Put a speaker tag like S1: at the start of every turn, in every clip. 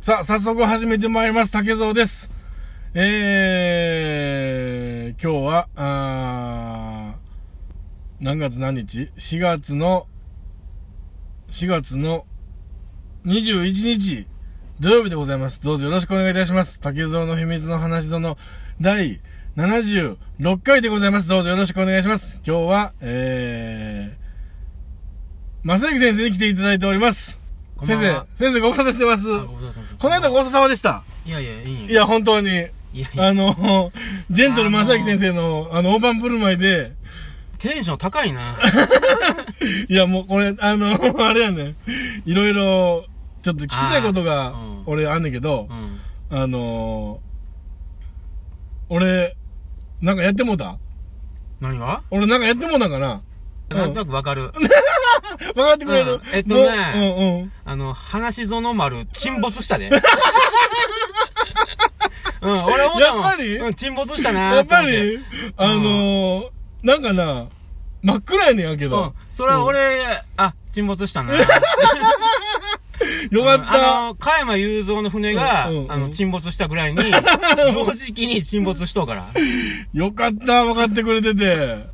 S1: さあ、早速始めてまいります。竹蔵です。えー、今日は、あー何月何日 ?4 月の、4月の21日、土曜日でございます。どうぞよろしくお願いいたします。竹蔵の秘密の話その第76回でございます。どうぞよろしくお願いします。今日は、えー、正幸先生に来ていただいております。
S2: こんば
S1: 先
S2: ん
S1: 生
S2: は、
S1: 先生ご無沙汰してます。
S2: あご無沙汰してます
S1: この間ご無沙汰様でした。
S2: いやいや、いいよ
S1: いや、本当に。
S2: いやいや
S1: あの、ジェントル正幸先生の、あの、大盤振る舞いで、
S2: テンション高いな。
S1: いや、もうこれ、あの、 あれやね、いろいろ、ちょっと聞きたいことが
S2: あーうん、
S1: 俺あんねんけど
S2: う、ん。
S1: あの、俺、なんかやってもうた
S2: 何が
S1: 俺なんかやってもうたんかなうん
S2: なんとなくわかる。
S1: 分かってくれる、
S2: うんえっと
S1: も
S2: ね
S1: ううんうん。
S2: あの、話ぞの丸、沈 没したで。うん、俺思ったもん。
S1: やっぱり
S2: うん、沈没したな。
S1: やっぱり、あの、なんかな、真っ暗やねんやけ
S2: うん
S1: ど。、
S2: それは俺、あ、沈没したな。よ
S1: よかった。
S2: あの、加山雄三の船が、
S1: うんうんうん
S2: あの、沈没したぐら いに、同時期に沈没しとうから。
S1: よかった、分かってくれてて。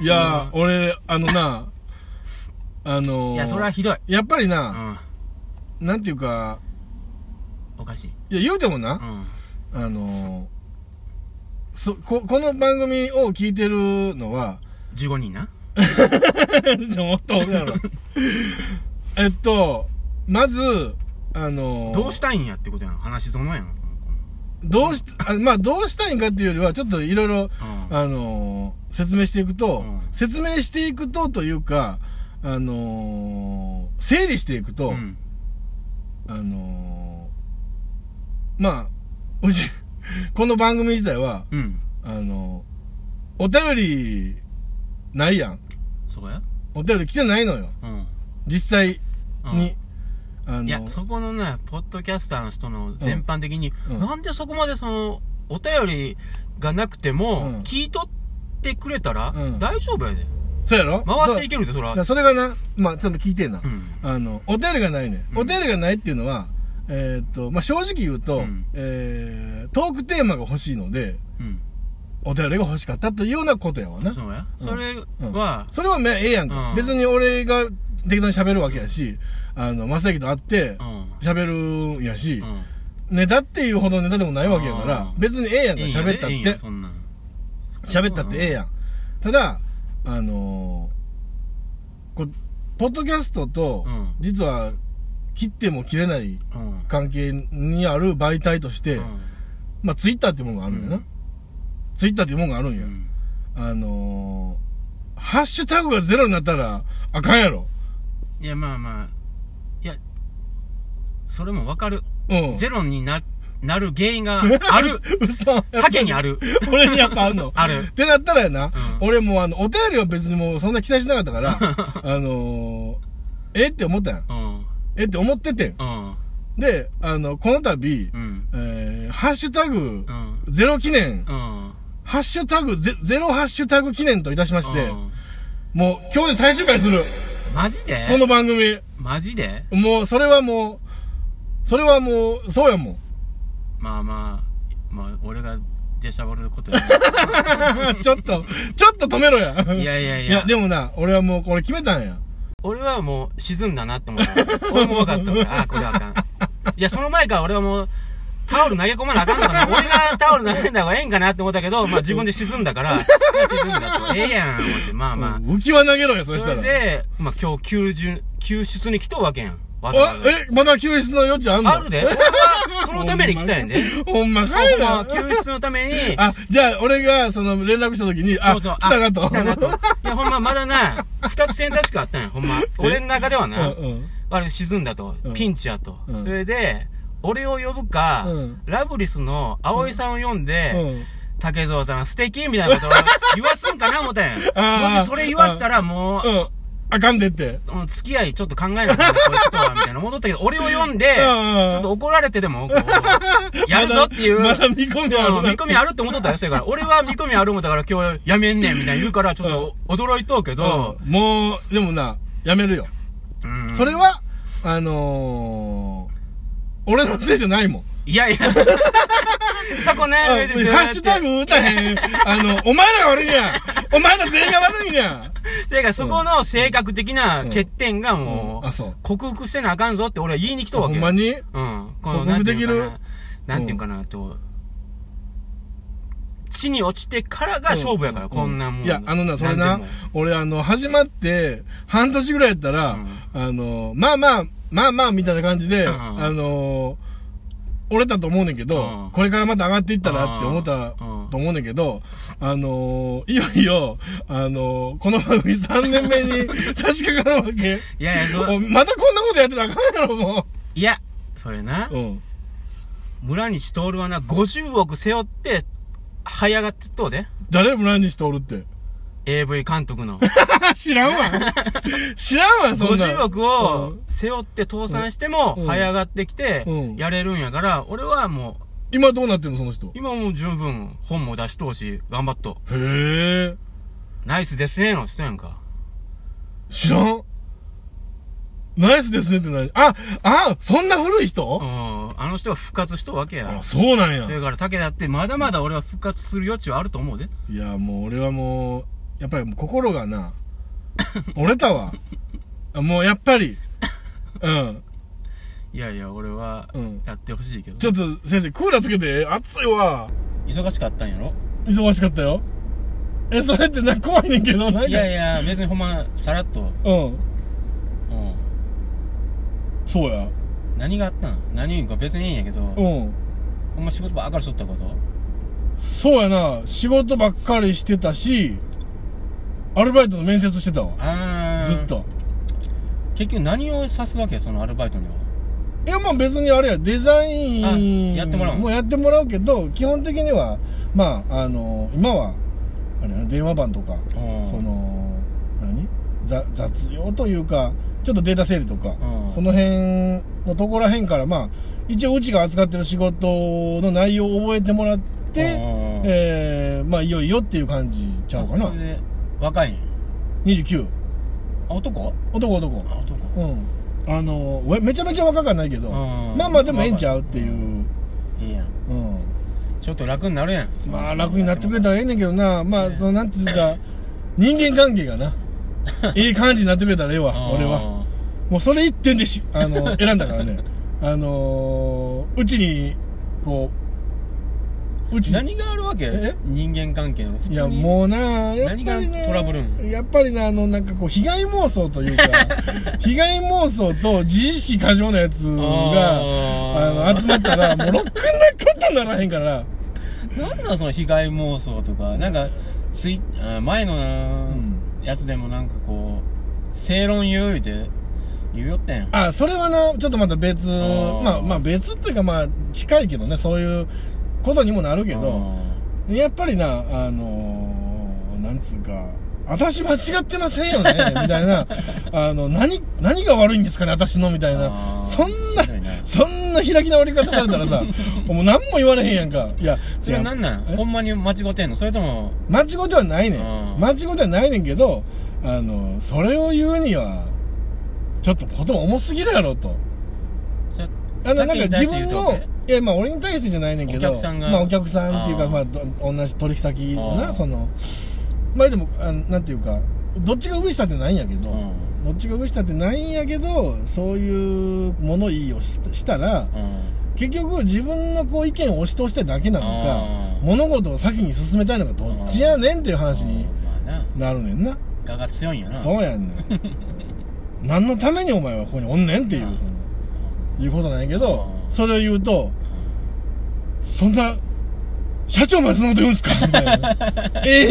S1: いや、俺、あのな、あのー
S2: いや、それはひどい。
S1: やっぱり
S2: う
S1: な、
S2: ん。
S1: なんていうか、
S2: おかし
S1: い
S2: い。
S1: や、言うてもな
S2: う、ん。
S1: あのーそこ、この番組を聞いてるの は、
S2: 15人な。
S1: でももっとおるやろ。 えっと、まず、あのー
S2: どうしたいんやってことやん。話ぞのやん。
S1: どうし、あまあ、どうしたいんかっていうよりは、ちょっといろいろ、
S2: うん
S1: あのー説明していくと、
S2: うん
S1: 説明していくとというか、あのー整理していくと、
S2: うん。
S1: あのーまあ、うち、この番組自体は、
S2: うん。
S1: あのーお便り、ないやん。
S2: そこや
S1: お便り来てないのよ。
S2: うん。
S1: 実際
S2: うん
S1: に。あの
S2: いや、そこのね、ポッドキャスターの人の全般的に、
S1: うんうん
S2: なんでそこまでその、お便りがなくても、
S1: うん
S2: 聞いとってくれたら、
S1: うん
S2: 大丈夫やで。
S1: そうやろ
S2: 回してい
S1: け
S2: けるで、それは。
S1: それがな、まあ、ちょっと聞いてえな。
S2: うん。
S1: あの、お便りがないね。
S2: うん
S1: お便りがないっていうのは、えーっと、まあ、正直言うと、
S2: うん
S1: えー、トークテーマが欲しいので、
S2: うん。
S1: お便りが欲しかったというようなことやわな。
S2: そうや。
S1: うん
S2: それ
S1: うん
S2: は、
S1: それはめええやんか。
S2: うん
S1: 別に俺が適当に喋るわけやし、あの、正幸と会って
S2: う、ん。
S1: 喋るんやし
S2: う、ん。
S1: ネタっていうほどネタでもないわけやから
S2: う、ん
S1: 別にええやんか、
S2: いいんやで
S1: 喋ったっ
S2: いいんや
S1: て。
S2: そんなん。
S1: 喋ったってええやん。ただ、あのーこうポッドキャストと
S2: うん、
S1: 実は、切っても切れない
S2: うん。うん。
S1: 関係にある媒体として、まあツイッターっていうものがあるんだよな。
S2: うん
S1: ツイッターっていうものがあるん
S2: う
S1: や。
S2: ん。
S1: あのー、ハッシュタグがゼロになったらあかんやろ。
S2: いや、まあまあ、いや、それもわかる。
S1: うん。
S2: ゼロにな、なる原因がある。
S1: 嘘。
S2: 竹にある。
S1: 俺にやっぱあるの。
S2: ある
S1: っ。てなったらやな、
S2: うん
S1: 俺もうあの、お便りは別にもうそんな期待しなかったから、 あのー、えって思ったやん。
S2: うん。
S1: えって思っててん。
S2: うん。
S1: で、あの、この度
S2: う、ん。
S1: えー、ハッシュタグ
S2: う、ん。
S1: ゼロ記念、
S2: うん。
S1: ハッシュタグゼ、ゼロハッシュタグ記念といたしまして、
S2: うん
S1: もう今日で最終回する。
S2: マジで
S1: この番組。
S2: マジで
S1: もう、それはもう、それはもう、そうやもん。
S2: まあまあ、まあ、俺が出しゃばることや な
S1: ちょっと、ちょっと止めろや。
S2: いやいやい
S1: い
S2: や。
S1: や、でもな、俺はもうこれ決めたんや。
S2: 俺はもう沈んだなって思った。俺も分かった俺。ああ、これはあかん。いや、その前から俺はもう、タオル投げ込まなあかんのかな。俺がタオル投げんだ方がええんかなって思ったけど、まあ自分で沈んだから、 沈んだと。ええやん、思って。まあまあ。
S1: うん浮き輪投げろや、そし
S2: そ
S1: た
S2: れ
S1: ら。
S2: で、まあ今日救助、救出に来とうわけやん。わざわ
S1: あ
S2: ざ
S1: え、まだ救出の余地あんの
S2: あるで。俺はそのために来たんやで。
S1: ほんまかい
S2: まあ
S1: な。
S2: 救出のために、
S1: あ、じゃあ、俺が、その、連絡した時に、あ、
S2: そうそう
S1: 来たなと。
S2: 来たなと。いや、ほんままだな、二つ選択肢があったんや、ほんま。俺の中ではな。
S1: うんうん
S2: あれ沈んだと、
S1: うん
S2: ピンチやと、
S1: うん
S2: それで俺を呼ぶか、
S1: うん
S2: ラブリスの葵さんを呼んで、
S1: うん。
S2: 竹蔵さん素敵みたいなことを言わすんかな思ったんや
S1: あー
S2: もしそれ言わしたらもう、
S1: うん。あかんでって。
S2: うん付き合いちょっと考えなくて、こういう人は、みたいな。戻ったけど、俺を読んで、ち
S1: うん
S2: ょっと怒られてでも、こう、やるぞっていう。
S1: まだまだ見込みあるな
S2: うん見込みあるって思っとったよ、それから。俺は見込みあるもんだから今日やめんねん、みたいな言うから、ちょっと驚いとうけど、
S1: うんもう、でもな、やめるよ。
S2: うん
S1: それは、あのー、俺のせいじゃないもん。
S2: いやい や。そこね、
S1: うん
S2: 上ですよね
S1: ハッシュタグ打たへん。あの、お前らが悪いんやん。お前ら全員が悪いん や
S2: だからそこの性格的な欠点がも
S1: うんあそう
S2: う、克服せなあかんぞって俺は言いに来
S1: ん。
S2: とう
S1: ほ
S2: わけ
S1: ん
S2: よ。
S1: まに
S2: うん。こ
S1: 克服
S2: の、なんていう
S1: でき
S2: の
S1: る
S2: かな。なんていうかな、と。地に落ちてからが勝負やから、こんなもん。
S1: いや、あのな、それなん
S2: でも、
S1: 俺あの、始まって、半年ぐらいやったら、
S2: うん
S1: あの、まあまあ、まあまあ、みたいな感じで、
S2: うん
S1: あの折れたと思うねんけど、
S2: うん
S1: これからまた上がっていったらって思った
S2: うん
S1: と思うねんけど、あのいよいよ、あのこの番組3年目 に差し掛かるわけ。
S2: いやいや
S1: お
S2: ど、
S1: またこんなことやってたらあかんやろ、も
S2: いや、それな
S1: う。う、ん。
S2: 村西徹はな、50億背負って、這い上がってっとうで。
S1: 誰村西徹って。
S2: AV 監督の。
S1: 知らんわ。 知らんわ、 そんなん。
S2: 50億
S1: う
S2: を
S1: ん
S2: 背負って倒産しても、
S1: うん
S2: 這い上がってきて
S1: うん、
S2: やれるんやから、俺はもう、
S1: 今どうなってんの、その人。へ
S2: 今もう十分本も出しとうし、頑張っとう。
S1: え。
S2: ナイスですねの人やんか。
S1: 知らん。ナイスですねって何あ、あ、そんな古い人
S2: う、ん。あの人は復活しとうわけや
S1: あ、。そうなんや。
S2: だから武田ってまだまだ俺は復活する余地はあると思うで。
S1: いや、もう俺はもう、やっぱりもう心が な、折れたわ。あもうやっぱり、うん。
S2: いやいや、俺は
S1: うん
S2: やってほしいけど。
S1: ちょっと先生、クーラーつけて、暑いわ。
S2: 忙しかったんやろ
S1: 忙しかったよ。え、それってな、怖いねんけど、なんか。
S2: いやいや、別にほんま、さらっと。
S1: うん。
S2: うん。
S1: そうや。
S2: 何があったん何か別にいいんやけど、
S1: うん。
S2: ほんま仕事ばっかりしとったこと
S1: そうやな、仕事ばっかりしてたし、アルバイトの面接してたわ。
S2: あー。
S1: ずっ。と。
S2: 結局何を指すわけそのアルバイトには。
S1: いや、まあ別にあれや、デザイン
S2: あやってもらう
S1: もやってもらうけど、基本的には、まあ、あの、今は、あれやな電話番とか、
S2: うん
S1: その、何ざ雑用というか、ちょっとデータ整理とか、
S2: うん
S1: その辺のとこら辺から、まあ、一応うちが扱ってる仕事の内容を覚えてもらって、
S2: うん
S1: えー、まあいよいよっていう感じちゃうかな
S2: そ。れで若いん
S1: 29。
S2: あ、男
S1: 男男。
S2: あ、男。
S1: うん。あの、わめちゃめちゃ若くはないけど、
S2: うん
S1: まあまあでもええんちゃうっていう。
S2: いいやん。
S1: うん
S2: ちょっと楽になるやん。
S1: まあ楽になってくれたらええねんけどな、まあそのなんていうか、人間関係が な、いい感じになってくれたらええわ、俺は。
S2: は。
S1: もうそれ一点でし、あ の、選んだからね。あのー、うちに、こう、うち、
S2: 何があるわ
S1: え
S2: け人間関係の。普通
S1: い
S2: に
S1: やもうな、やっぱり
S2: 何
S1: ね、
S2: がトラブルん
S1: やっぱりな、あの、なんかこう、被害妄想という か、被害妄想と自意識過剰なやつが、あ
S2: あー
S1: の、集まったら、もうろくなことにならへんから、
S2: なんなんその被害妄想とか、なんか、ツイあ前のな、
S1: ん
S2: やつでもなんかこう、正論言う言うて、言うよってん。
S1: あ、それはな、ちょっとまた別、
S2: ー
S1: まあまあ別っていうかまあ近いけどね、そういうことにもなるけど、やっぱりな、あのー、なんつうか、私間違ってませんよ ね、みたいな、あの、何、何が悪いんですかね、私の、みたいな
S2: あ。ー
S1: そんな
S2: しんどいな、
S1: そんな開き直り方されたら さ、もう何も言われへんやんか。いや、
S2: それはなんなん
S1: え
S2: ほんまに間違ってんのそれとも、
S1: 間違ってはないね。
S2: うんん
S1: 間違ってはないねんけど、あの、それを言うには、ちょっと言葉重すぎるやろ、と。
S2: ちょ
S1: あの、なんか自
S2: 誰
S1: 分
S2: に対して言う
S1: の
S2: とって、
S1: いや、まあ俺に対してじゃないねんけど、
S2: お客さんが
S1: まあお客さんっていうか、
S2: あー
S1: まあど同じ取引先の
S2: あ
S1: な、
S2: ー
S1: その、まあでも、あのなんていうか、どっちが上下ってないんやけど、
S2: うん
S1: どっちが上下ってないんやけど、そういう物言いをししたら、
S2: うん。
S1: 結局自分のこう意見を押し通してるだけなのか
S2: あ、ー
S1: 物事を先に進めたいのかどっちやねんっていう話に
S2: まあな、
S1: なるねんな。
S2: 我が強いんやな。
S1: そうやん ねん何のためにお前はここにおんねんっていうふうにいうことなんやけど
S2: うん
S1: それを言うとそんな社長までそんなこと言うんすかみたい なええ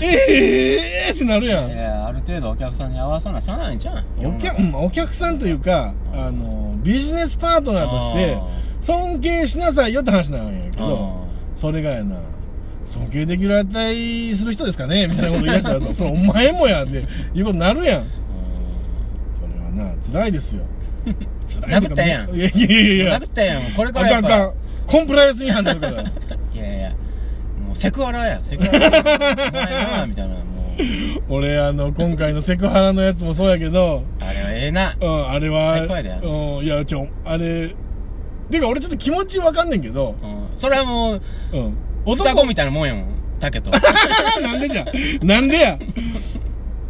S1: ええってなるや
S2: い
S1: ん
S2: や、ある程度お客さんに合わさなしゃあないんじゃん。
S1: お客うんお客さんというかあのビジネスパートナーとして尊敬しなさいよって話なんやけ
S2: うん
S1: どそれがやな尊敬できる値する人ですかねみたいなこと言い出 したらさそれお前もやっていうことになるやんそれはな辛いです よ辛いと
S2: 殴
S1: か
S2: ったやん
S1: いやいやいやいや
S2: 殴ったやんこれ
S1: あ
S2: からや
S1: か
S2: っ
S1: ん
S2: ぱ
S1: あかんコンプライアンス違反だから
S2: いやいやもうセクハラやセクハラお前なみたいなもう
S1: 俺あの今回のセクハラのやつもそうやけど
S2: あれはええな
S1: うんあれは
S2: 最高やであの
S1: うんいやちょあれてか俺ちょっと気持ちわかんねんけど、
S2: うんそれはもう
S1: うん、
S2: 双子
S1: 男
S2: みたいなもんやもん タケと
S1: なんでじゃんなんでや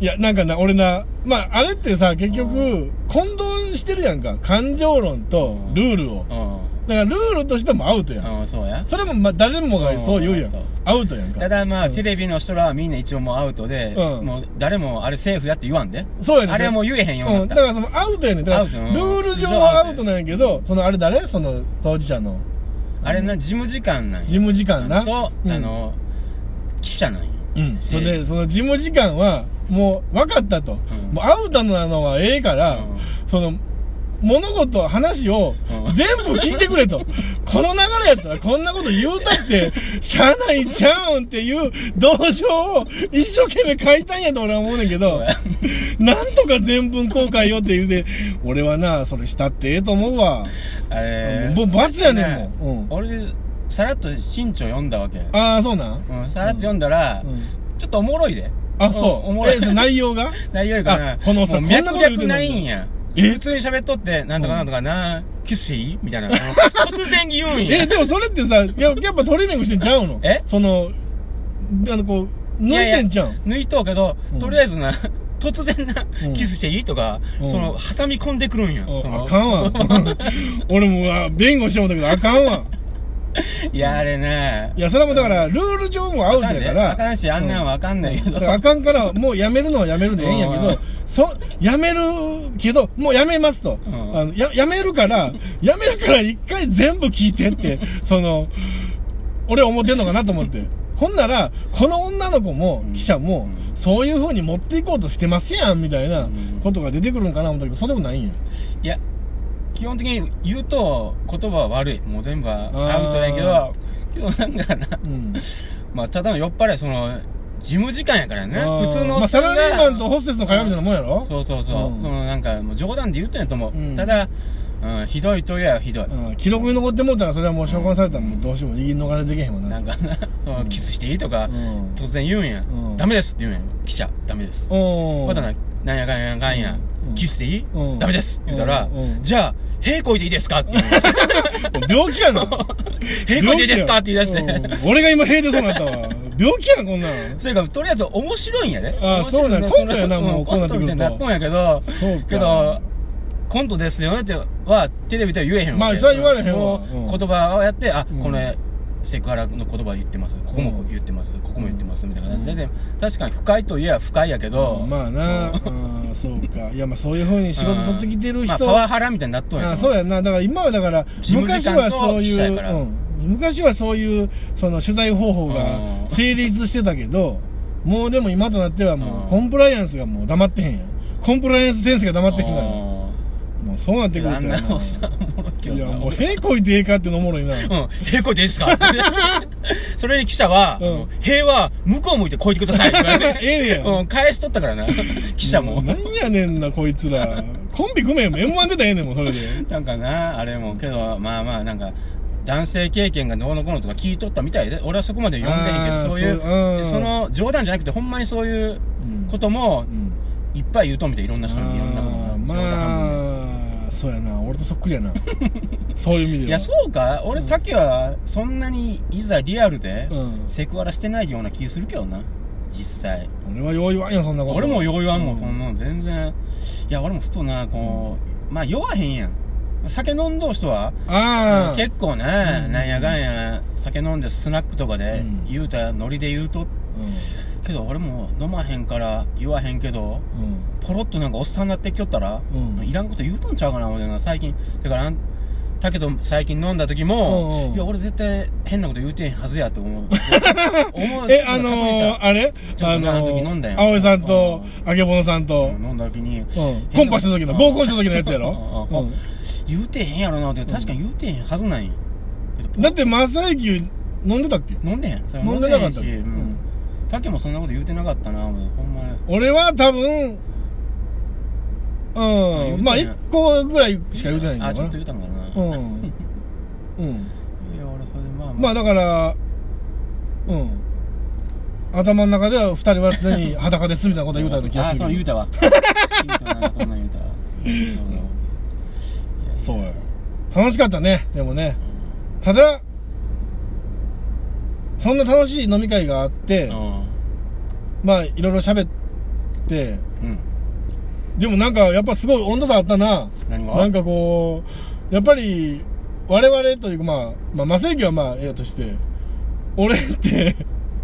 S1: いやなんかな俺なまああれってさ結局混同してるやんか感情論とルールを
S2: うん
S1: だからルールとしてもアウトやん
S2: うんそうや
S1: それもまあ誰もがそう言うや
S2: うん
S1: んアウトやんか
S2: ただまあ、
S1: うん
S2: テレビの人らはみんな一応もうアウトで、
S1: うん
S2: もう誰もあれセーフやって言わんで
S1: そうやねん
S2: あれはもう言えへんように
S1: う、
S2: なんっ
S1: だ
S2: た、
S1: からそのアウトやねんだか
S2: ア
S1: ら
S2: ウ
S1: ル
S2: トうん
S1: ール上はアウトなんやけどそのあれ誰その当事者の
S2: あれな事務時間なんや
S1: 事務時間な
S2: と、
S1: うん
S2: あの記者なんや
S1: うんそれでその事務時間はもう分かったと、
S2: うん
S1: もうアウトなのはええから、
S2: うん
S1: その物事話を
S2: うん
S1: 全部聞いてくれと、 この流れやったらこんなこと言うたってしゃあないちゃうんっていう同情を一生懸命書いたんやと俺は思うねんけ ど
S2: そうや
S1: なんとか全文公開よって言うて俺はなそれしたってええと思うわ
S2: あれ
S1: もう罰やねんもん、うん、
S2: 俺さらっと新潮読んだわけう
S1: ああそうなん、
S2: んさらっと読んだら、
S1: うん、
S2: ちょっとおもろいで
S1: あそう、
S2: おもろい
S1: えその内容が
S2: 内容よりかな
S1: あこのさ
S2: もう
S1: こんなこと
S2: 脈
S1: 言うてんの
S2: 略ないんや
S1: え
S2: 普通に喋っとってなんとかなんとかな、キスいいみたいな突然に言うんや
S1: え、でもそれってさ、ややっぱトリミングしてんちゃうの
S2: え
S1: その、あの、こう、抜いてんじゃん。
S2: いやいや抜いとうけど、
S1: うん
S2: とりあえずな、突然な
S1: うん、
S2: キスしていいとか、
S1: うん
S2: その、挟み込んでくるんや。そ
S1: あ
S2: の
S1: あかんわ。 俺もあ弁護してもだけど、あかんわ。
S2: いや、あれね
S1: い。や、それはもうだから、ルール上もアウトやか
S2: わ
S1: ら。
S2: かんないし、あんなんわかんないけ
S1: だ
S2: ど
S1: か。らあかんから、もうやめるのはやめるでええんやけ
S2: う
S1: ど
S2: ん、
S1: そ、やめるけど、もうやめますと。
S2: うん
S1: あのや、やめるから、やめるから一回全部聞いて って、その、俺思ってんのかなと思って。ほんなら、この女の子も、記者も、そういう風に持っていこうとしてますやん、みたいなことが出てくるんかな思ったけど、そうでもないんや。
S2: いや、基本的に言うと、言葉は悪い。もう全部は
S1: あー
S2: アウトやけど、けどなんかな、
S1: うん。
S2: まあ、ただの酔っ払い、その、事務時間やからね。
S1: あー
S2: 普通の
S1: まあ、
S2: おっ
S1: サ
S2: さんが
S1: ラリーマンとホステスの会話みたいなもんやろ
S2: そうそうそう。
S1: うん
S2: その、なんか、もう冗談で言うとんやと思
S1: う
S2: う。
S1: ん
S2: ただ、うん、ひどいといやひどい。
S1: うん記録に残ってもうたら、それはもう召喚されたら、もうどうしようも言い逃れできへんわな。
S2: なんかな、 その、キスしていいとか、
S1: うん
S2: 突然言うんや、
S1: うん
S2: ダメですって言うんや記者ダメです、
S1: うん。
S2: またななんやかんやかんや、
S1: うん
S2: キスでいい、
S1: うん
S2: ダメですって言ったら、
S1: うんうん
S2: じゃあ屁こいていいですかって言う
S1: 病気や な。
S2: 屁こいていいですかって言い出して、
S1: うん俺が今平でそうなったわ。病気やん、こんなん。
S2: それからとりあえず面白いんやで
S1: あー
S2: 面白い
S1: そうなんやコントやな
S2: その
S1: もうこうなってくると
S2: コントみたいになっとんやけど
S1: そうか
S2: けどコントですよねってはテレビでは言えへんわけ
S1: まあそれは言われへんわ
S2: もう
S1: うん
S2: 言葉をやってあ、
S1: うん
S2: これセクハラの言葉言ってますここも言ってます、ここも言ってますみたいな感じで、確かに深いといえば深いやけど、
S1: うんまあな、うんそうか。いや、まあそういう風に仕事取ってきてる
S2: まあ
S1: 人。
S2: パワハラみたいになっとんや
S1: あそうやんな。だから今はだから、
S2: 事務
S1: 昔
S2: 次
S1: は
S2: 官と
S1: そうい
S2: 記者や
S1: う、
S2: から
S1: うん昔はそういう、その取材方法
S2: う
S1: が
S2: ん
S1: 成立してたけど、もうでも今となってはも
S2: う
S1: う、
S2: ん
S1: コンプライアンスがもう黙ってへんやん。コンプライアンス先生が黙ってへんから。もうそうなってくる
S2: あ
S1: と
S2: ん
S1: や
S2: な
S1: な
S2: おっさんおもろいけど
S1: い
S2: な
S1: や、もう、へこいてええかってのおもろ いな。
S2: うん、屁こいていいですかそれに記者は、
S1: うん
S2: もう屁は向こう向いてこいてく ださいって言われて
S1: ええねや
S2: うん、返しとっ たからな、記者も。
S1: なんやねんな、こいつら。コンビ組めよ。M1 出たらええねんもん、それで。
S2: なんかな、あれも、けど、まあまあ、なんか、男性経験がどうのこうのとか聞いとったみたいで、俺はそこまで読んでへんけ
S1: あー
S2: ど、そういう、
S1: そううん
S2: その冗談じゃなくて、ほんまにそういうことも
S1: う、ん。
S2: いっぱい言うとんみたい、いろんな人に、いろんなこと
S1: あー
S2: 冗談半分で
S1: まあ、そうやな。俺とそっくりやな。 そういう意味では。
S2: いや、そうか俺、タケは、そんなに、いざリアルで
S1: うん、
S2: セクハラしてないような気するけどな、実際。
S1: 俺はよう言わんよ、そんなこと。
S2: 俺も弱いわも、
S1: うん
S2: そんなの全然。いや、俺もふとな、こう、まあ、酔わへんやん。酒飲んどう人は、
S1: ああ。
S2: 結構ね、
S1: うん
S2: なんやかんや、酒飲んでスナックとかで
S1: うん、
S2: 言うたら、ノリで言うと、けど俺も飲まへんから言わへんけど、
S1: うん。うん。
S2: ポロッとなんかおっさんになってきよったら、
S1: うん
S2: いらんこと言うとんちゃうかな思うてな最近だからあんだけど最近飲んだ時も、
S1: うんうん
S2: いや俺絶対変なこと言うてへんはずやと思 う思う
S1: え、あのー、あれ
S2: ちょっ
S1: あ
S2: となあの
S1: の
S2: 時飲んだ
S1: ー、
S2: よ
S1: 葵さんと、あけぼのさんと、
S2: 飲んだ時に、
S1: うん。コンパした時の、
S2: うん
S1: 合コンした時のやつやろ
S2: うん
S1: う
S2: 言うてへんやろなって確かに言うてへんはずなんや、けど
S1: ん。だって、正幸飲んでたっけ
S2: 飲んでへんそれ
S1: 飲んでなかった
S2: 飲んでへんしうん竹もそんなこと言うてなかったな俺ほんまに
S1: 俺は多分、
S2: 言うてな
S1: う
S2: い
S1: ん。まあ、一個ぐらいしか言うてないん
S2: あ
S1: だ
S2: ち
S1: か
S2: ょっ
S1: ら
S2: と。言うたんかな、
S1: う
S2: い
S1: ん。うん。
S2: や俺それでまあ
S1: まあ、だから、うん。頭の中では二人は常に裸ですみたいなことは言うたような気が
S2: あ
S1: す
S2: そ
S1: る
S2: う
S1: け
S2: 言う
S1: ど。
S2: たわ 言うたなそんなん言うたわ
S1: そうや。楽しかったね、でもね。ただ、そんな楽しい飲み会があって、まあ、いろいろ喋って、
S2: うんうん
S1: でもなんか、やっぱすごい温度差あったな。
S2: 何が
S1: なんかこう、やっぱり、我々というかまあ、まあ、正義はまあ、ええとして、俺って、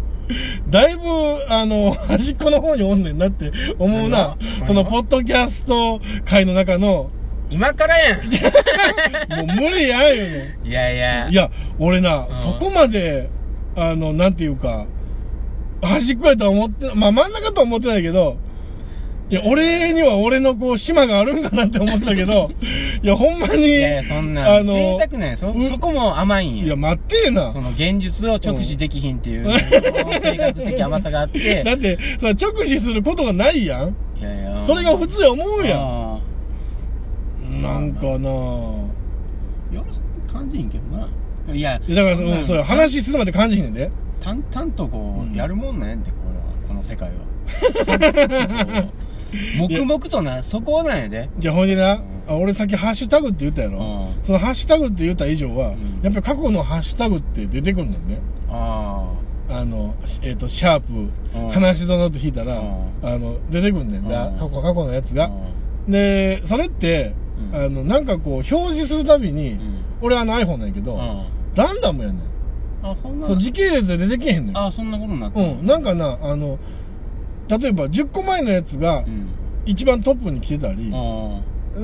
S1: だいぶ、あの、端っこの方におんねんなって思うな
S2: 何が。
S1: その、
S2: 何が
S1: ポッドキャスト界の中の、
S3: 今からやんい
S1: もう無理やんよね。
S3: やいや
S1: いや、俺な、
S3: ん
S1: そこまで、あの、なんていうか、端っこやとは思って、まあ真ん中とは思ってないけど、いや、俺には俺のこう、島があるんかなって思ったけど、 いや、ほんまに、
S2: いやいやそんな
S1: あの
S2: 贅沢なんやそ
S1: うん
S2: そこも甘いん
S1: いや、
S2: や
S1: 待ってえな
S2: そ。の現実を直視できひんっていう性格的甘さが あって
S1: だって、さ、直視することがないやん。
S2: いやいや
S1: それが普通や思うや
S2: あ
S1: ん。なんかなぁ。
S2: ーいや俺感じひんけどないや
S1: いや、だから、うん、そうう、話するまで感じひんねんで。
S2: 淡々とこ
S1: うん
S2: うやるもんなんやんってこれはこの世 界はこう黙々となそこなんやで
S1: じゃあ、ほいでな、
S2: ん
S1: あ俺さっきハッシュタグって言ったやろ
S2: う。ん
S1: そのハッシュタグって言った以上は、
S2: ん
S1: やっぱり過去のハッシュタグって出てくるんだよね。
S2: あ
S1: あの、えっ、と、シャープ、
S2: うん
S1: 話し園って引いたら、
S2: うん
S1: あの、出てくるんだよ
S2: う
S1: ね
S2: ん。
S1: 過去、過去のやつ
S2: あ
S1: が。で、それって、
S2: うん
S1: あの、なんかこう、表示するたびに、
S2: うん
S1: 俺あの iPhone なんやけど、
S2: あ
S1: ランダムやねん。
S2: あそんな
S1: そう、時系列で出てけへんねん。
S2: あそんなことになって
S1: うん、なんかな、あの、例えば10個前のやつが
S2: うん
S1: 一番トップに来てたり、
S2: あ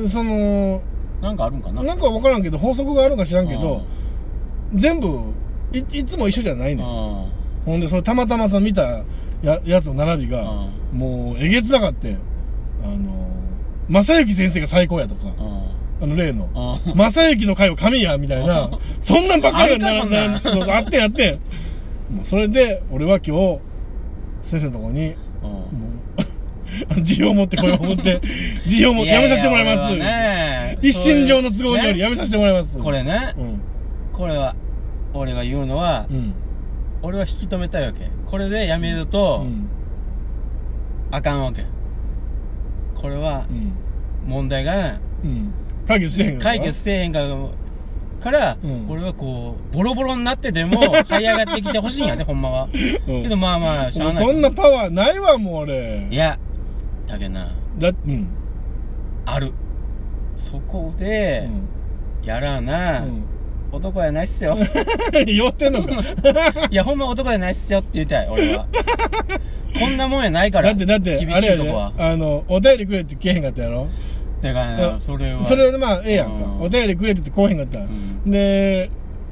S1: その、
S2: あなんかあるんかな
S1: なんかわからんけど、法則があるか知らんけど、全部い、いつも一緒じゃない
S2: あ
S1: ねん。
S2: あ
S1: ほんで、それたまたまさ、見たややつの並びが、
S2: あ
S1: もうえげつなかって、あの、正幸先生が最高やとか
S2: あ、あ
S1: あの例の。
S2: あ あ
S1: 正幸の回は神や、みたい な、そんなんばっかりや
S2: あるか
S1: な、
S2: そんなん
S1: なあってんあってん。もうそれで、俺は今日、先生のところに、
S2: あ
S1: もう、 需要を持ってこよう思って、需要を持ってやめさせてもらいます。
S2: いやいや俺はね
S1: 一心上の都合によりや
S2: ね
S1: めさせてもらいます。
S2: これ。ね
S1: うん。
S2: これは俺が言うのは
S1: うん。
S2: 俺は引き止めたいわけこれでやめると
S1: うん。
S2: あかんわけこれは
S1: うん。
S2: 問題が
S1: うん。解決してへんから
S2: 解決せえへんからから、
S1: うん
S2: 俺はこうボロボロになって でも這い上がってきてほしいんやでほんまは
S1: うん
S2: けどまあまあしゃ
S1: も
S2: あ
S1: う
S2: ない
S1: そんなパワーないわ、もう俺。
S2: いやだけどな
S1: だ、うん。
S2: あるそこ
S1: う
S2: で、
S1: ん。
S2: やらな、 男やないっす
S1: う
S2: よ
S1: ん酔ってんの か。
S2: いやほんま男やないっすよって言いたい俺 はこんなもんやないから
S1: だって、だって、
S2: 厳
S1: あ
S2: し
S1: れや
S2: いと
S1: で、
S2: こは
S1: あの、お便りくれって来えへんかったやろ
S2: だから
S1: うん
S2: ねそれは
S1: それでまあ、ええやんか
S2: うん。
S1: お便りくれって言って来えへんかった
S2: う。ん
S1: で、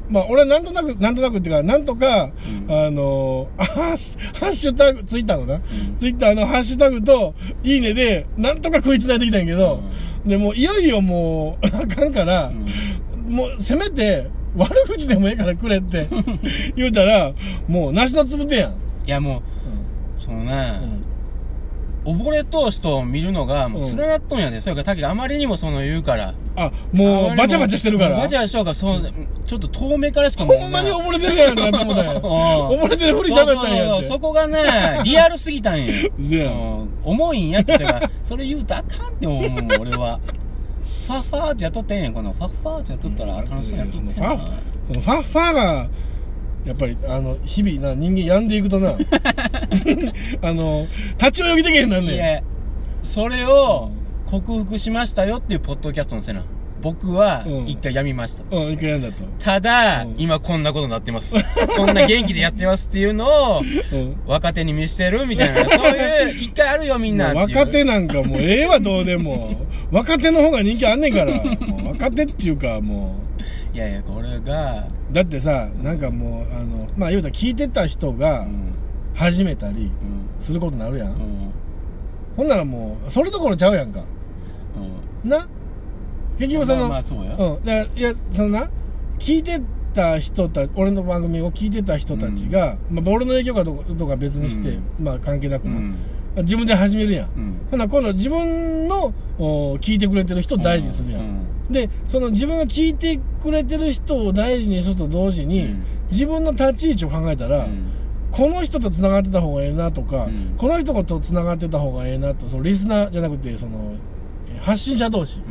S1: まあ、俺はなんとなく、なんとなくっていうか、なんとか、
S2: うん
S1: あのー、あハッシュハッシュタグ、ツイッターのな、
S2: ん
S1: ツイッターのハッシュタグと、いいねで、なんとか食いつないできたんやけど、で、もういよいよもう、あかんから、もう、せめて、悪口でもええからくれって言うたら、もう、梨のつぶてやん。
S2: いやも
S1: う
S2: うそのね、
S1: ん
S2: 溺れ通しと見るのがもう連なっとんやで、それからタケがあまりにもその言うから
S1: あ、も
S2: あまりに
S1: う、
S2: も
S1: バチャバチャしてるから。
S2: バチャバチャしてるからそうちょっと遠目からしかもう
S1: ほんまに溺れてるやんなって思ったんや
S2: うん
S1: 溺れてるふりしゃべったんやんって。
S2: そうそうそうそこ がねリアルすぎたんや
S1: 嘘やん
S2: うん重いんやってそれがそれ言うとあかんって思うもん俺はファッファーってやっとってんやんこのファッファーってやっとったら楽しそうにやっとってん
S1: ファ
S2: な
S1: そのファッファーがやっぱりあの日々な人間病んでいく となあの立ち泳ぎできへんなん
S2: い
S1: ね
S2: やそれを克服しましたよっていうポッドキャストのせいな僕は
S1: うん
S2: 一回やみました、
S1: んうんいくらやんだと
S2: ただ、
S1: うん
S2: 今こんなことになって ます。こんな元気でやってますっていうのを、
S1: うん
S2: 若手に見せてるみた いな。そういう、一回あるよみんな
S1: もう
S2: っていう。
S1: 若手なんかもうええわどうでも若手の方が人気あんねんからもう若手っていうかも
S2: いやいや、これが、
S1: うだってさなんかもうあのまあ言うたら聞いてた人
S2: う
S1: が
S2: ん、
S1: 始めたり
S2: うん、
S1: することになるやん、
S2: うん、
S1: ほんならもうそれどころちゃうやんか
S2: うん。
S1: な結
S2: ま
S1: 局そ
S2: あ
S1: の、
S2: まあそうや。
S1: うん。だからいや、そのな、聞いてた人たち俺の番組を聞いてた人たちが、まあ、俺の影響かどうかどうか別にして、
S2: う
S1: まあ関係なく
S2: う
S1: な、
S2: ん
S1: 自分で始めるやん、
S2: うん
S1: ほな今度自分のお聞いてくれてる人を大事にするやん、でその自分が聞いてくれてる人を大事にすると同時に、
S2: うん
S1: 自分の立ち位置を考えたら、この人とつながってた方がええなとか、
S2: うん
S1: この人とつながってた方がええなとそのリスナーじゃなくてそのえ発信者同士、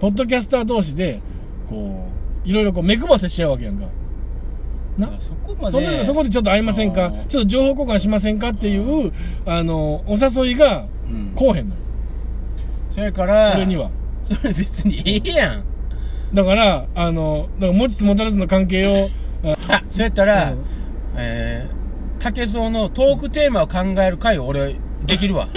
S1: ポッドキャスター同士でこういろいろこう目くばせし合うわけやんかな
S2: そこま
S1: そんな
S2: で
S1: のそこでちょっと会いません
S2: あ
S1: か
S2: ー
S1: ちょっと情報交換しませんかっていうあのお誘いが
S2: うん
S1: こうへんのよ
S2: それから
S1: 俺には
S2: それ別にええ やん
S1: だからあのだから持ちつ持たれつの関係 を
S2: あそうやったら、
S1: うん
S2: えー、竹蔵のトークテーマを考える会を俺できるわ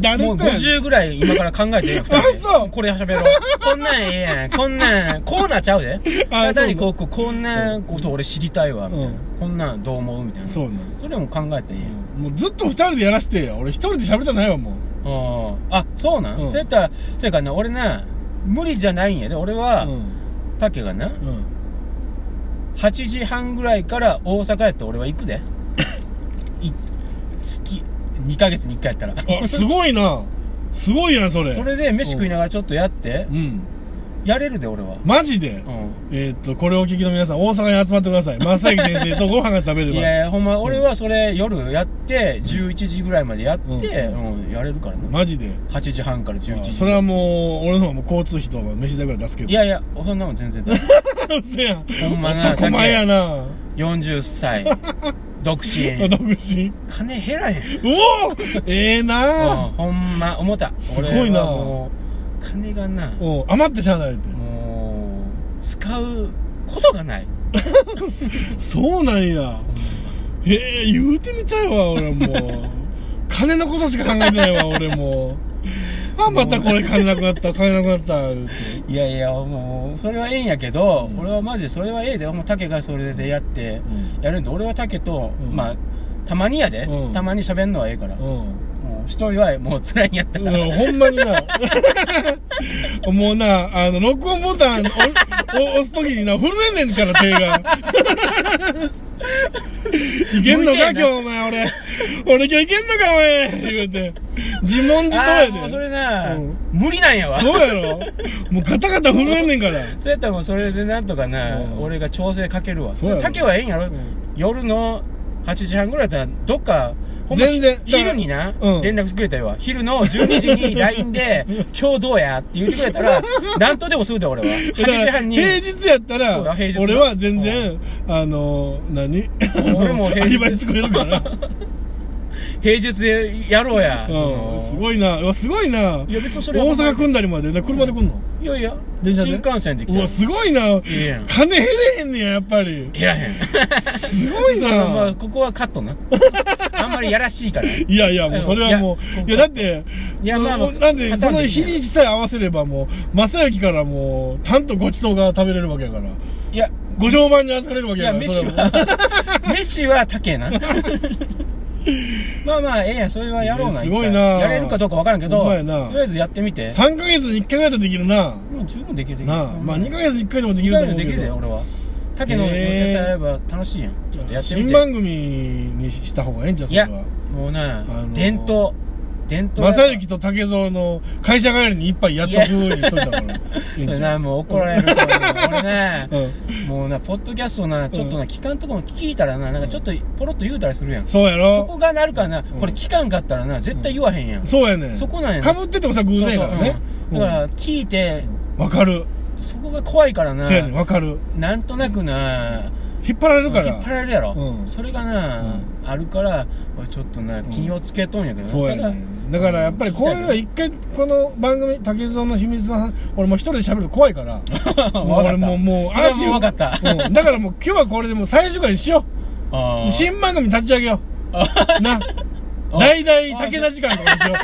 S1: 誰
S2: もう
S1: とやねん
S2: 50ぐらい今から考えてええ人 で
S1: あそう
S2: これ喋ろうこんなんええやんこんなんこうなっちゃうで
S1: あ
S2: ただに
S1: そ
S2: こ
S1: う
S2: うこうこんなこと俺知りたいわみたいな、
S1: うん
S2: こんなんどう思うみたいな
S1: そうね
S2: それも考えてええやん
S1: もうずっと二人でやらしてよ俺一人で喋りたないわも
S2: あーあそうなん、
S1: うん
S2: そうやったらそうやからな俺な無理じゃないんやで俺
S1: う
S2: は、
S1: うん
S2: タケがな
S1: うん
S2: 8時半ぐらいから大阪やったら俺は行 くでい月2ヶ月に1回やったら
S1: あすごいなすごいやんそれ
S2: それで飯食いながらちょっとやって
S1: うん
S2: やれるで俺は
S1: マジで
S2: う
S1: えーっとこれをお聞きの皆さん大阪に集まってください正行先生とご飯が食べ
S2: ん
S1: れ
S2: い
S1: ます
S2: やいやほんま俺はそれ夜やって11時ぐらいまでやって
S1: うん
S2: うんやれるからな
S1: マジで
S2: 8時半から11時
S1: それはもう俺の方はもう交通費とか飯代ぐらい出すけど
S2: いやいやそんなもん全 然だ
S1: うせやん
S2: ほんまな
S1: 男前やな
S2: 40歳 独身
S1: 独身
S2: 金減らへん
S1: うおーええ
S2: うん
S1: な
S2: ほんま思った
S1: すごいな
S2: 俺はもう金がな
S1: おう余ってしゃあないって
S2: もう使うことがない
S1: そうなんやええ言うてみたいわ俺もう金のことしか考えてないわ俺もうあまたこれ金なくなった金なくなったって
S2: いやいやもうそれはええんやけど、
S1: うん
S2: 俺はマジでそれはええでもうタケがそれでやってやるんで俺はタケと、
S1: うん
S2: まあたまにやで、
S1: うん
S2: たまに喋んのはええから、
S1: う
S2: も
S1: ん
S2: う一人はもう辛いんやった
S1: い
S2: ら、
S1: やほんまになもうなあの録音ボタンおお押すときにな震えんねんから手がいけんの
S2: 向い
S1: か今
S2: てへんな
S1: 日お前俺俺今日いけんのかお前言うて自問自答
S2: あ
S1: や
S2: あもう
S1: で
S2: それな、
S1: うん
S2: 無理なんやわ
S1: そうやろもうガタガタ震えんねんから
S2: そうやったらもうそれでなんとか
S1: う
S2: な、
S1: ん
S2: 俺が調整かけるわ
S1: そうやろ
S2: タケはええんやろ、
S1: ん
S2: 夜の8時半ぐらいだったらどっかほんま
S1: 全然だから
S2: 昼にな、
S1: うん
S2: 連絡くれたよ昼の12時に LINE で「今日どうや?」って言ってくれたら何とでもするで俺は
S1: だ
S2: 8
S1: か
S2: 時
S1: ら
S2: 半に
S1: 平日やった
S2: そうだ
S1: ら
S2: 平日だ
S1: 俺は全然あの何
S2: 俺も平日
S1: アリバイ作れる から
S2: 平日でやろうや、
S1: うんす
S2: い
S1: ごいなうわすごいない
S2: や別にそ
S1: 大
S2: れは
S1: 阪組んだりまでな車で来んの
S2: いやいや
S1: 電車で
S2: 新幹線で来
S1: う
S2: ちゃ
S1: わ
S2: う
S1: すごいない
S2: いやん
S1: 金減れへんねややっぱり
S2: 減らへん
S1: すごい
S2: そうまあ
S1: な
S2: ここはカッ トなあんまりやらしいからい
S1: いやいやもうそれはもう
S2: いや
S1: いやだって
S2: いやまあ
S1: もうなんで
S2: パター
S1: そ
S2: ン
S1: の
S2: でき
S1: 日
S2: る
S1: にちさえ合わせればもう正行からもうたんとごちそうが食べれるわけやから
S2: や
S1: ご常番に預かれるわ
S2: い
S1: け
S2: や
S1: やから
S2: 飯
S1: それはもう
S2: は 飯は高えなまあまあええやんそれはやろうな
S1: すごいな
S2: 一回やれるかどうかわからんけど
S1: ほんま
S2: とり
S1: やな
S2: あえずやってみて
S1: 3ヶ月に1回ぐらいだとできるな
S2: もう十分できるできる
S1: なあまあ2ヶ月に1回でもでき
S2: 二
S1: ると思
S2: 回も
S1: うけ
S2: でき
S1: ど
S2: るで俺は竹の手伝えば楽しいやんちょっとやってみ
S1: 新
S2: て
S1: 番組にした方がええんじゃんそ
S2: い
S1: れ
S2: や
S1: は
S2: もうな、
S1: のー
S2: 伝統伝統やから
S1: 正行と竹蔵の会社帰りに一杯やっとくようにしといたからええん
S2: それ
S1: ちゃ
S2: な
S1: う
S2: もう怒られるから 俺ね
S1: うん
S2: もうなポッドキャストなちょっとな、期間とかも聞いたらななんかちょっとポロッと言うたりするやん、そ
S1: そうや
S2: こ
S1: ろ
S2: がなるからな、
S1: ん
S2: これ期間があったらな絶対言わへんやん、
S1: そうやねん
S2: そこなんやな
S1: かぶっててもさ偶然やからね
S2: そうそううんだから聞いて、
S1: わかる
S2: そこが怖いからな
S1: そうやねんわかる
S2: なんとなくな、
S1: 引っ張られ
S2: 引
S1: るか
S2: っ
S1: ら
S2: 張られるやろ、
S1: うん
S2: それがな、あるから俺ちょっとな気をつけとんやけどな、
S1: そうや
S2: ただ
S1: ねんだからやっぱりこういうのは一回この番組竹蔵の秘密の話俺もう一人で喋るの怖い からもう 俺もうもう
S2: それはもう分かっ
S1: 足を
S2: た
S1: うんだからもう今日はこれでもう最終回にしよ
S2: あ
S1: う
S2: ー
S1: 新番組立ち上げような
S2: あ
S1: 大々武田時間とかに しよ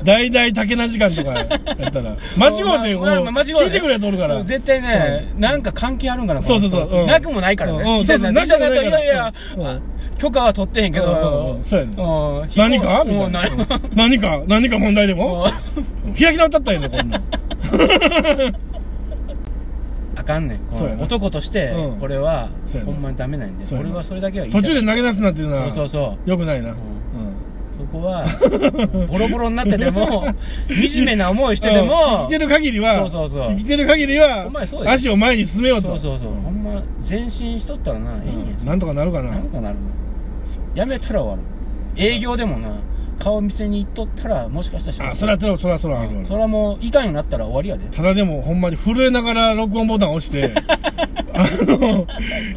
S1: う大々武田時間とかやったら間違うて
S2: まあまあ間違うね
S1: 聞いてくるやつおるから
S2: 絶対ね、なんか関係あるんかな
S1: そうそうそう
S2: この人
S1: うん
S2: なくもないからね、
S1: うんうんそうそう
S2: なくもないか
S1: な
S2: ら
S1: くもないから
S2: いやいや、
S1: うん
S2: あ許可は取ってへんけど、
S1: うんうんうんそうやね
S2: うん
S1: 何かみ
S2: も
S1: た
S2: う
S1: いな
S2: 何か
S1: うん何か何か問題でも開き直ったったんやねこんなん
S2: あかんねんこ
S1: そうや
S2: の
S1: な
S2: 男として
S1: うん
S2: これは
S1: そうやな
S2: ほんまにダメなんで
S1: そうやな
S2: 俺はそれだけは言いた
S1: 途
S2: い
S1: 中で投げ出すなんていうの
S2: そうそう
S1: は、
S2: そう
S1: よくないな。うん
S2: ん。そこはボロボロになってて も惨めな思いしてて
S1: うん生
S2: も
S1: きてる限りは、
S2: そうそうそう
S1: 生きてる限りは
S2: お前そう、や
S1: 足を前に進めようと。
S2: そうそうそうほんま前進しとったらなええんや
S1: うんなんとかなるかな
S2: な。んかなるのやめたら終わる営業でもな顔見せに行っとったらもしかしたら仕事
S1: あ、そらそらそらそらある
S2: う
S1: わ
S2: んそれはもういかんようになったら終わりやで
S1: ただでもほんまに震えながら録音ボタン押 して、あの、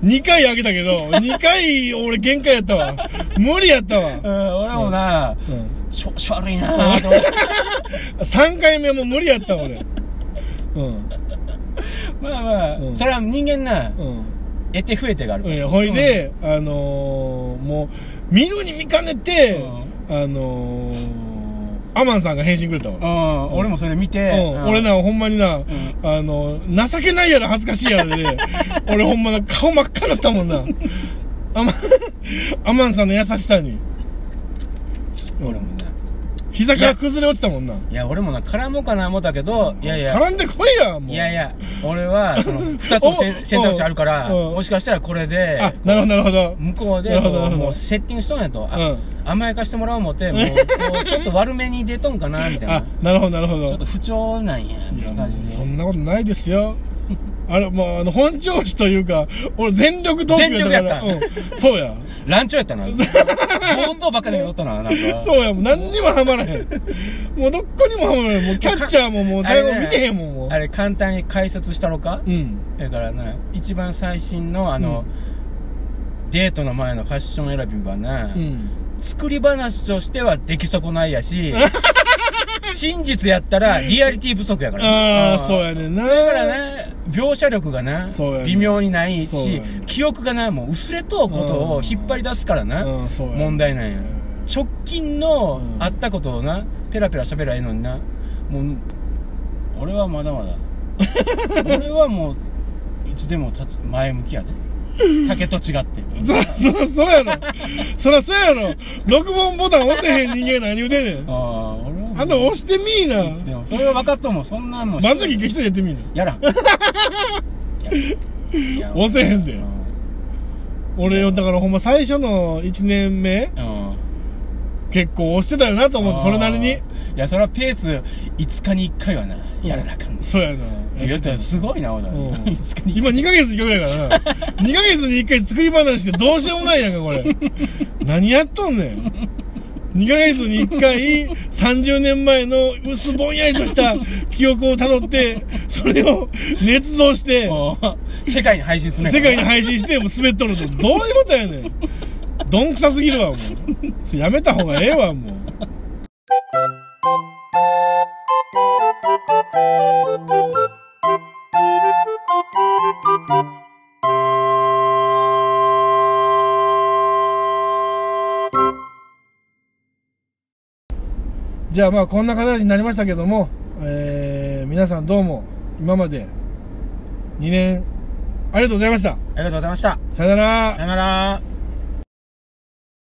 S1: 2回上げたけど、2回俺限界やったわ。無理やった
S2: う
S1: わ。
S2: ん俺もな
S1: うん、
S2: しょしょ悪いなぁと思って
S1: 3回目も無理やったわ俺。うん。
S2: まあまあ、
S1: うん
S2: それは人間な
S1: う
S2: 得て増えてがある
S1: ん。いやほいで、あのー、もう、見るに見かねて、あのー、アマンさんが返信くれたわ。
S2: うん、俺もそれ見て、
S1: うん、俺な、ほんまにな、
S2: ん
S1: あの、情けないやろ、恥ずかしいやろ で、俺ほんまな、顔真っ赤だったもんな。アマン、アマンさんの優しさに。
S2: 俺もな
S1: 膝から崩れ落ちたもんな。
S2: いや俺もな絡もうかな思ったけどいやいや
S1: 絡んでこいや、もう。
S2: いやいや、俺は、その、二つの
S1: お
S2: 選選択肢あるから、
S1: うん
S2: もしかしたらこれで、
S1: あ、なるほど、なるほど。
S2: 向こうで
S1: なるほど
S2: こ
S1: な
S2: う
S1: るほど
S2: もうセッティングしとんやと、あ
S1: うん
S2: 甘やかしてもらおう思ってもうこうちょっと悪めに出とんかなみたいな
S1: あ
S2: ち、
S1: なるほど、なるほど。
S2: ょっと不調なんやみ
S1: い
S2: た
S1: や
S2: いな感じ
S1: そ
S2: で
S1: んなことないですよ。 あれ、もう、あの、本調子というか、俺全力投球から。
S2: 全力
S1: うん。そうや。
S2: ランチョやったな冒頭ばっかり取ったななんか
S1: そうや、もう何にもハマらへん。もうどっこにもハマらへん。もうキャッチャーももう最後見てへんもん、もう。
S2: あれ簡単に解説したろか
S1: うん。
S2: だからな一番最新のあの、デートの前のファッション選びはな、
S1: うん。
S2: 作り話としては出来損ないや し、真実やったらリアリティ不足やから。
S1: ああ、そう
S2: や。
S1: やねんな。
S2: だからね、描写力がな、
S1: そうやね
S2: 微妙にない
S1: そうや
S2: し
S1: ね、
S2: 記憶がな、もう薄れとうことを引っ張り出すからな、
S1: うん、そうや、
S2: 問題なんや。直近の
S1: うん
S2: あったことをな、ペラペラ喋らええのにな、もう、俺はまだ まだ。俺はもう、いつでも立つ前向きやで。竹と違 って。
S1: そら、そら、そうやろ。そら、そうやろ。録音ボタン押せへん人間何言うてんねん。
S2: ああ、俺はもう。
S1: あんな押してみ
S2: いつ
S1: ー
S2: で
S1: な。
S2: もそれは分かっとんもんそんなんもん
S1: まずき激闘やってみーな。
S2: やらん
S1: 押せへんで
S2: うん
S1: 俺よ、だからほんま最初の1年目、
S2: うん
S1: 結構押してたよなと思って、それなりに
S2: い。やそれはペース5日に1回はなやらなあかんね
S1: そうやな。
S2: って言ったらすごいなほら
S1: うん
S2: 5日に
S1: 今2ヶ月に1回ぐらいか な。2ヶ月に1回作り話してどうしようもないやんか、これ。何やっとんねん。2ヶ月に1回、30年前の薄ぼんやりとした記憶を辿って、それを捏造して、
S2: もう世界に配信するね
S1: 世界に配信して、もう滑っとると。どういうことやねん。どんくさすぎるわ、もう。それやめた方がええわ、もう。じゃあまあこんな形になりましたけども、えー、皆さんどうも今まで2年ありがとうございました。
S2: ありがとうございました
S1: さよなら
S2: さ。よなら